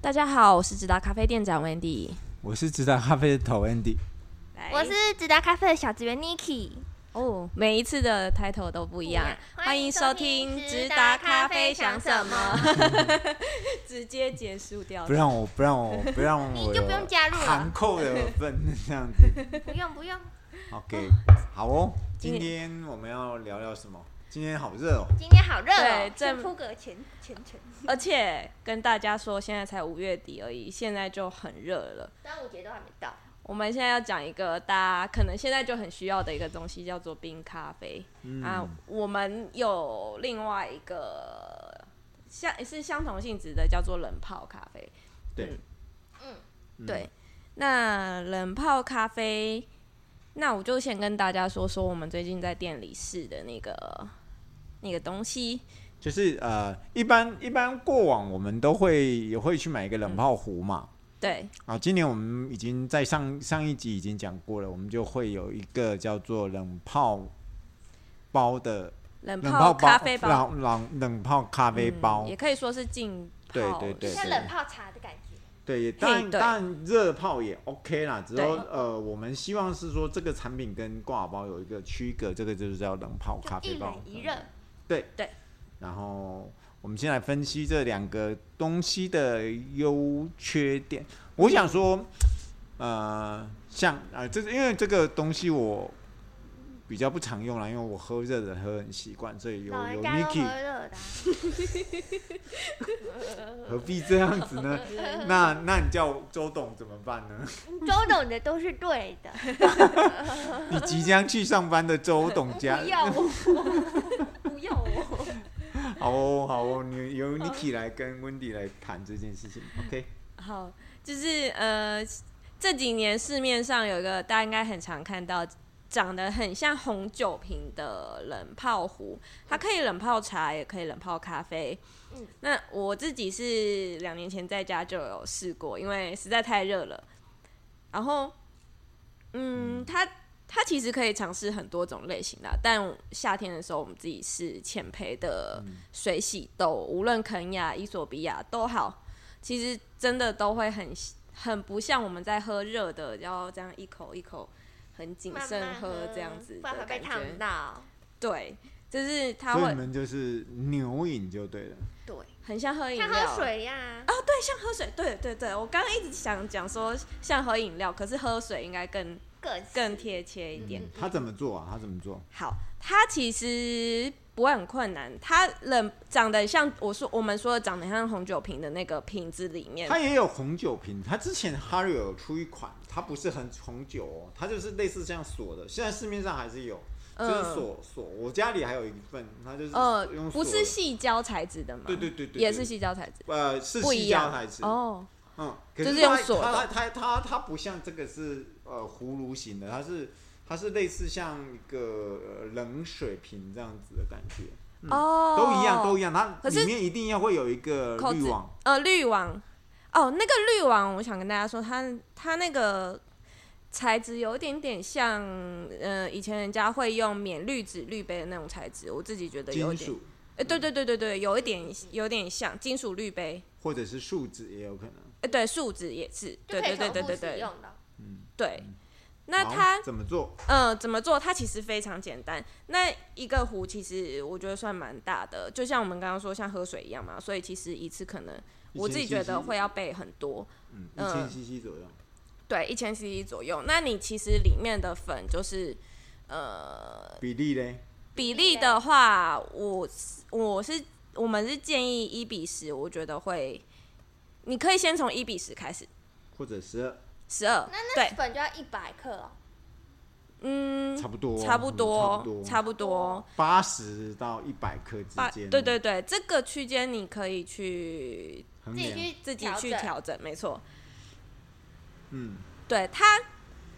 大家好，我是直达咖啡店长 Wendy。我是直达咖啡的头 Andy，来我是直达咖啡的小职员 Niki，哦，每一次的 title 都不一样。不一样欢迎收听《直达咖啡想什么》，直接结束掉不。让我不让我不让我你就不用加入了含扣的分这样子。不用不用， OK，好哦。今今天我们要聊聊什么？今天好热哦。今天好热对哦，正先铺个前前前，而且跟大家说，现在才五月底而已，现在就很热了。端午节都还没到，我们现在要讲一个大家可能现在就很需要的一个东西，叫做冰咖啡、啊嗯，。我们有另外一个相是相同性质的，叫做冷泡咖啡。对，嗯，嗯对，，那冷泡咖啡，那我就先跟大家说说我们最近在店里试的那个那个东西。就是呃，一般一般过往我们都会也会去买一个冷泡壶嘛。对，啊，今年我们已经在上上一集已经讲过了，我们就会有一个叫做冷泡包的冷冷泡包咖啡包，冷冷冷泡咖啡嗯包也，可以说是浸泡。对对就像冷泡茶的感觉，对，也当然对当然热泡也 OK 啦，只是说对呃，我们希望是说这个产品跟挂耳包有一个区隔，这个就是叫冷泡咖就啡一包冷。嗯一热，然后我们先来分析这两个东西的优缺点。我想说，呃，像啊、呃，这是因为这个东西我比较不常用啦，因为我喝热的喝很习惯，所以有老人嗯有家都 Niki 喝热的啊，何必这样子 呢？那那你叫周董怎么办呢？周董的都是对 的，你即将去上班的周董家 不，要我，不要我，好哦，好哦，你由 Niki 来跟 Wendy 来谈这件 事情，OK？好，就是呃，这几年市面上有一个大家应该很常看到，长得很像红酒瓶的冷泡壶，它可以冷泡茶，也可以冷泡咖啡。嗯那我自己是两年前在家就有试过，因为实在太热了。然后，嗯，它它其实可以尝试很多种类型的，但夏天的时候我们自己是浅焙的水洗豆，无论肯亚、伊索比亚都好，其实真的都会很很不像我们在喝热的，要这样一口一口很谨慢慎慢喝这样子的不然会被感觉烫。到，对，就是它所以你会们就是牛饮就对了，对，很像喝饮像料，喝水呀，哦，对，像喝水，对对对，我刚刚一直想讲说像喝饮料，可是喝水应该更更更贴切一点。嗯他怎么做啊？他怎么做？好，它其实不会很困难，它冷长得像我说我们说的长得像红酒瓶的那个瓶子里面，他也有红酒瓶，他之前 Harry 有出一款，它不是很红酒哦，它就是类似这样锁的，现在市面上还是有，就是嗯锁锁，我家里还有一份，它就是呃用，锁不的是细胶材质的吗？对对对对也对是细胶材质，呃是不西一胶样材质，哦，嗯，可就是是用它锁它的它它它不像这个是呃葫芦型的，它是它是类似像一个呃冷水瓶这样子的感觉，哦，嗯都一样都一样，它可是里面一定要会有一个口滤子网，呃，滤网哦，那个滤网，我想跟大家说，它它那个材质有一点点像，呃，以前人家会用免滤纸滤杯的那种材质，我自己觉得有金点，属哎、对对对对对，有一点有点像金属滤杯，或者是树脂也有可能。哎、对，树脂也是，就对可对以对重对复对使对用的，对。那好它嗯怎么做？呃，怎么做？它其实非常简单。那一个壶其实我觉得算蛮大的，就像我们刚刚说，像喝水一样嘛，所以其实一次可能我自己觉得1000 cc 会要备很多。嗯，一呃千 CC 左右。对，一千 CC 左右。那你其实里面的粉就是，呃，比例嘞？比比例啊例的话，我是我是我们是建议一比十，我觉得会，你可以先从一比十开始，或者十二，十二那，那对，粉就要一百克哦，嗯，差不多，差不差不多，多，差不多，八十到一百克之八，间。对对，对，这个区间你可以去衡自己量。去自己去整调整，没错。嗯，对它，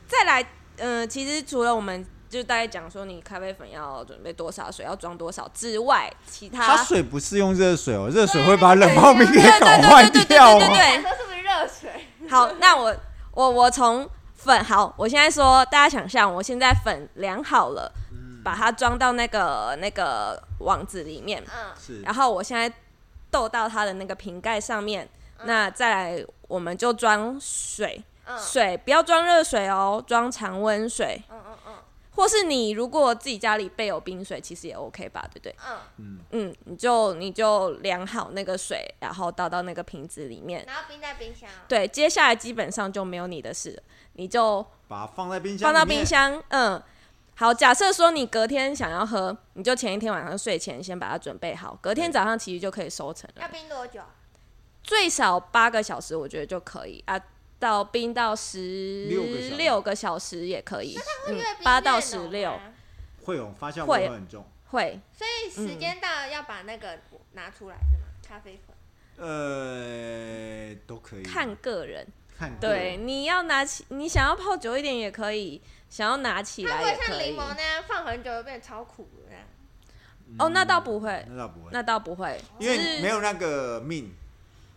再来，嗯、其实除了我们就大概讲说你咖啡粉要准备多少水，要装多少之外，其他它水不是用热水哦，热水会把冷泡冰给啊对对搞对坏对对掉对对哦。对想说是不是热水？好，那我我我从粉好，我现在说，大家想象，我现在粉量好了，把它装到那个那个网子里面，嗯，是然后我现在豆到它的那个瓶盖上面，那再来我们就装水，嗯水不要装热水哦，装常温水。嗯嗯嗯或是你如果自己家里备有冰水，其实也 OK 吧，对不对？嗯，嗯，你就你就量好那个水，然后倒到那个瓶子里面。然后冰在冰箱哦，对，接下来基本上就没有你的事了，你就把它放在冰箱，放到冰，箱。嗯，好，假设说你隔天想要喝，你就前一天晚上睡前先把它准备好，隔天早上其实就可以收成了要。冰多久？啊最少八个小时，我觉得就可以啊。到冰到十六个小时六个小时也可以，嗯会越冰八到越浓十六吗会有发酵会味会很重。会所以时间到了要把那个拿出来是吗？嗯咖啡粉。呃，都可以看个人。看个对，人，你要拿起，你想要泡久一点也可以，想要拿起它来不会也像可以柠。檬那样放很久就变超苦的那样。哦，那倒不会，那倒不会，那倒不会，因为没有那个命。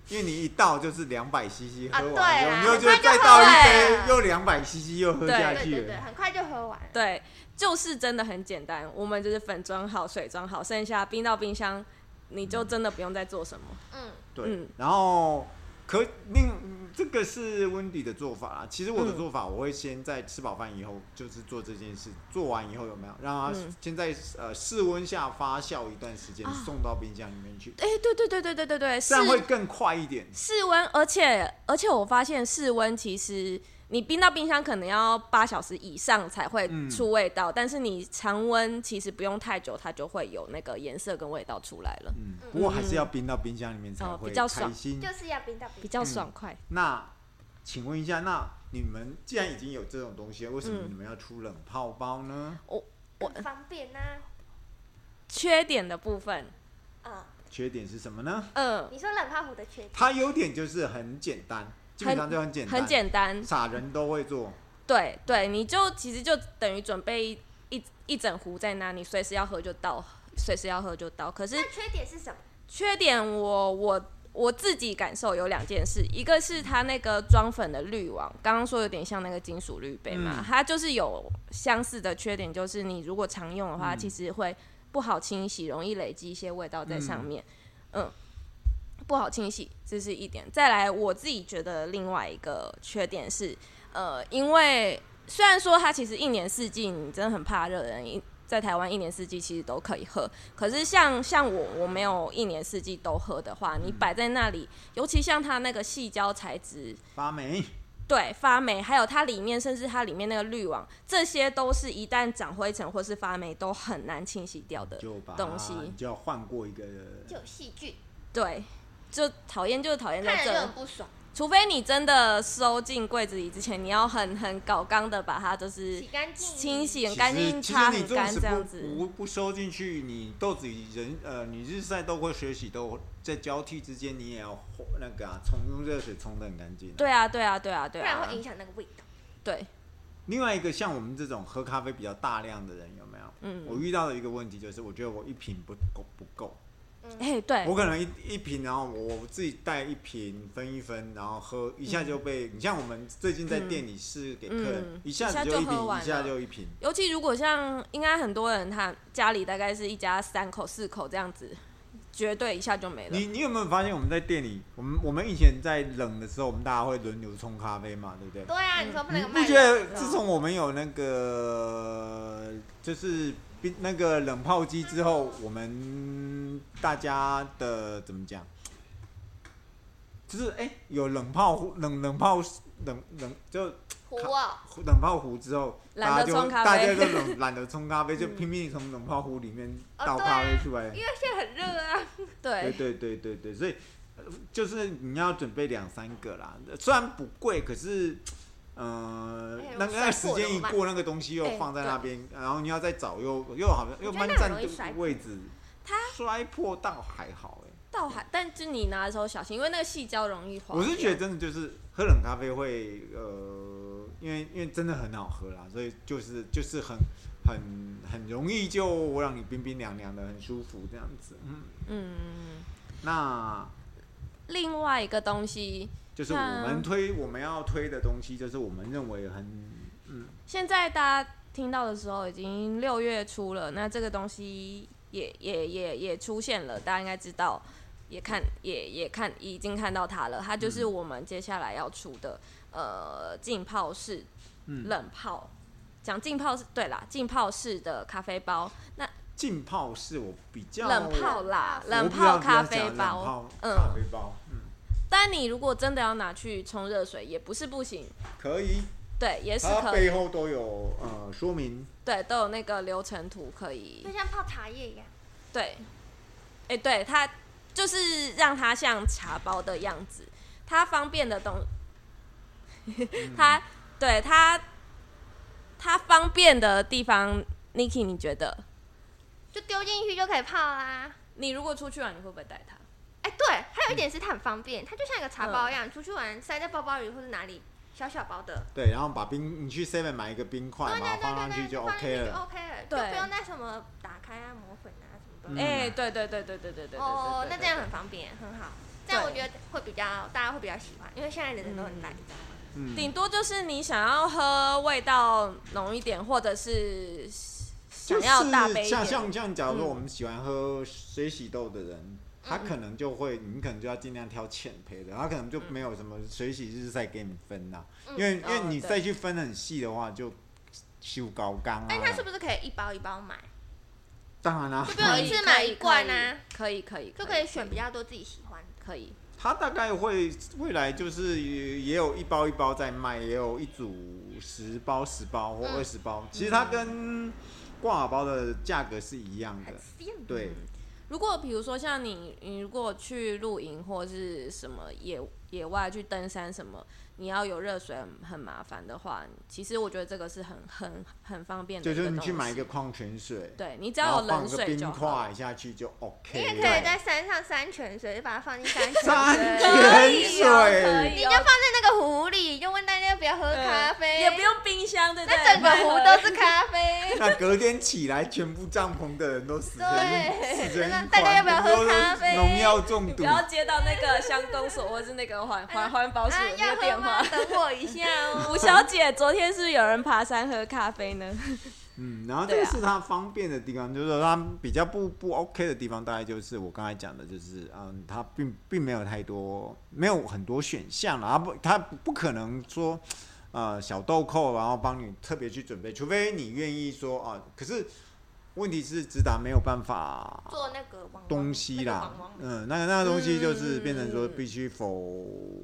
因为你一倒就是两百 CC，啊喝完对之后啦你又很觉得快就再喝倒一完杯，又两百 CC 又喝对下对去对对，了。很快就喝完了。对，就是真的很简单。我们就是粉装好，水装好，剩下冰到冰箱，你就真的不用再做什么。嗯，对嗯，然后可另嗯这个是温迪的做法啦。其实我的嗯做法，我会先在吃饱饭以后，就是做这件事。做完以后有没有让它嗯啊先在呃室温下发酵一段时间，送到冰箱里面去，哎、对对对对对对对，这是样会更快一点。室温，而且而且我发现室温其实你冰到冰箱可能要八小时以上才会嗯出味道，但是你常温其实不用太久，它就会有那个颜色跟味道出来了，嗯，不过还是要冰到冰箱里面才哦会比较开爽心。就是要冰到比冰。较爽快。那请问一下，那你们既然已经有这种东西了，为什么嗯你们要出冷泡包呢？我很方便啊呐。缺点的部分，嗯，缺点是什么呢？嗯，你说冷泡壶的缺点，它优点就是很简单，基本上就很简单，很简单，傻人都会做。对对，你就其实就等于准备一一一整壶在那，你随时要喝就倒，随时要喝就倒。可是那缺点是什么？缺点我我我自己感受有两件事，一个是它那个装粉的滤网，刚刚说有点像那个金属滤杯嘛，嗯它就是有相似的缺点，就是你如果常用的话，嗯其实会不好清洗，容易累积一些味道在上面，嗯。不好清洗，这是一点。再来，我自己觉得另外一个缺点是，呃，因为虽然说它其实一年四季你真的很怕热的人，一在台湾一年四季其实都可以喝，可是像像我我没有一年四季都喝的话，你摆在那里，尤其像它那个细胶材质，发霉，对发霉，还有它里面甚至它里面那个滤网，这些都是一旦长灰尘或是发霉都很难清洗掉的就把东西你就要换过一个。就有细菌，对，就讨厌就讨厌在看这着就里很，不爽。除非你真的收进柜子里之前，你要很很搞刚的把它就是洗干净清洗很其干实净，其擦实你很纵干使这样不子。不不收进去，你豆子里人呃，你日晒都会水洗都在交替之间，你也要那个啊，冲用热水冲的很干净啊、对啊，对啊，对啊，对不然啊会，影响那个味道。对，另外一个像我们这种喝咖啡比较大量的人，有没有？嗯我遇到的一个问题就是，我觉得我一瓶不够不够，哎，对我，可能一一瓶，然后我自己带一瓶分一分，然后喝一下就被、你像我们最近在店里试给客人，嗯一下一下就子就一喝瓶，完一下了就一瓶，尤其如果像应该很多人他家里大概是一家三口四口这样子，绝对一下就没了。你你有没有发现我们在店里，我们我们以前在冷的时候，我们大家会轮流冲咖啡嘛，对不对？对啊，你说不能嗯你有不卖觉得的自从我们有那个就是冰那个冷泡机之后，我们大家的怎么讲？就是哎、有冷泡壶冷冷泡冷冷就糊哦，冷泡壶之后，懒得大家就冲咖啡大家就冷懒得冲咖啡，就拼命从冷泡壶里面嗯哦倒对咖啊啡出来。因为现在很热啊。对对，对对对对，所以呃就是你要准备两三个啦，虽然不贵，可是。呃哎，我那个那个摔时破间怎一么办过，那个东西又哎放在那边，然后你要再找又又好像又觉得蛮那很占容易摔破位置，它摔破倒还好哎、倒还，但就你拿的时候小心，因为那个细胶容易滑掉。我是觉得真的就是喝冷咖啡会呃，因为因为真的很好喝啦，所以就是就是很很很容易就让你冰冰凉凉的，很舒服这样子。嗯，嗯，那另外一个东西，就是我们推我们要推的东西，就是我们认为很嗯现在大家听到的时候已经六月初了，那这个东西也也也也出现了，大家应该知道。也看也也看已经看到它了，它就是我们接下来要出的、嗯呃浸泡式冷泡，讲浸泡式对啦，浸泡式的咖啡包，那浸泡式我比较冷泡啦，啊我冷不知道泡怎么咖讲啡冷包，泡嗯咖啡包，嗯，但你如果真的要拿去冲热水，也不是不行，可以，对，也是它可以，背后都有呃说明，对，都有那个流程图可以就，像泡茶叶一样，对，哎、对，它就是让它像茶包的样子，它方便的东，嗯 它对它它方便的地方，Niki 你觉得？就丢进去就可以泡啊啦。你如果出去玩，你会不会带它？哎，对，还有一点是它很方便，它就像一个茶包一样，出去玩塞在包包里或者哪里小小包的，对，然后把冰，你去 Seven 买一个冰块，对把它对放对上去对对，就放进 OK 去就了。 OK 了，就对不用再什么打开啊、磨粉啊什么的。嗯哎、对对对对对对对对对哦，那对这样很方便，很好。这样我觉得会比较大家会比较喜欢，因为现在的人都很懒，嗯，顶多就是你想要喝味道浓一点，或者是就想是要大杯一像点。像像，假如说嗯我们喜欢喝水洗豆的人，他可能就会，你可能就要尽量挑浅焙的，他可能就没有什么水洗日晒给你分呐、嗯因为嗯因哦为你对再去分很细的话，就修高纲啊。哎但它是不是可以一包一包买，当然啦、就不用一次买一罐啊，可以可以，就可以选比较多自己喜欢的？可以。 他大概会未来就是也也有一包一包在卖，也有一组十包、十包或嗯二十包。其实它跟挂耳包的价格是一样的很，羡慕。对，如果比如说像你，你如果去露营或是什么野野外去登山什么，你要有热水很很麻烦的话，其实我觉得这个是很很很方便的就一个是东西。你去买一个矿泉水，对你只然要后有放冷个水就冰好。块下去就 OK 你也可了。以在山上山泉水，就把它放进山山泉水，可泉以哦，可水，。你以就哦放在那个壶里，就问大家不要喝咖啡，嗯也不，用冰箱，对不对？那整个不壶然都是咖啡 那隔天起来，全部帐篷的人都死成对死成那一大家要团不要喝都是咖啡农药中你毒不，要接到那个乡公所或是那个环环环保署啊，的那要个喝电吗话？。等我一 下哦。吴小姐，昨天是不是有人爬山喝咖啡呢？嗯，然后这对个啊是它方便的地方，就是说它比较不不 OK 的地方，大概就是我刚才讲的，就是嗯，它并并没有太多，没有很多选项了，它不它不可能说呃小豆蔻，然后帮你特别去准备，除非你愿意说啊、可是问题是直达没有办法做那个网嗯东西啦，嗯，那个那个东西就是变成说必须否，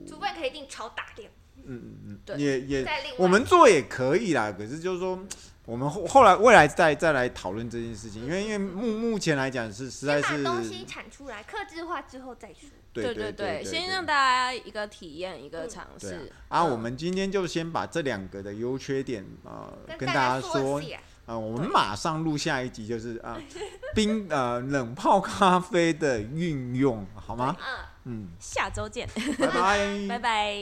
除非可以订超大量，嗯嗯对嗯，也也再另外我们做也可以啦，可是就是说，我们后后来未来再再来讨论这件事情，因为因为目目前来讲是实在先把是，东西产出来，克制化之后再说。对对对对，先让大家一个体验，一个尝对啊试。啊，我们今天就先把这两个的优缺点呃跟大大家说说一下，啊，我们马上录下一集就是啊冰呃冷泡咖啡的运用好吗？嗯。嗯， 下周见，拜拜 拜拜。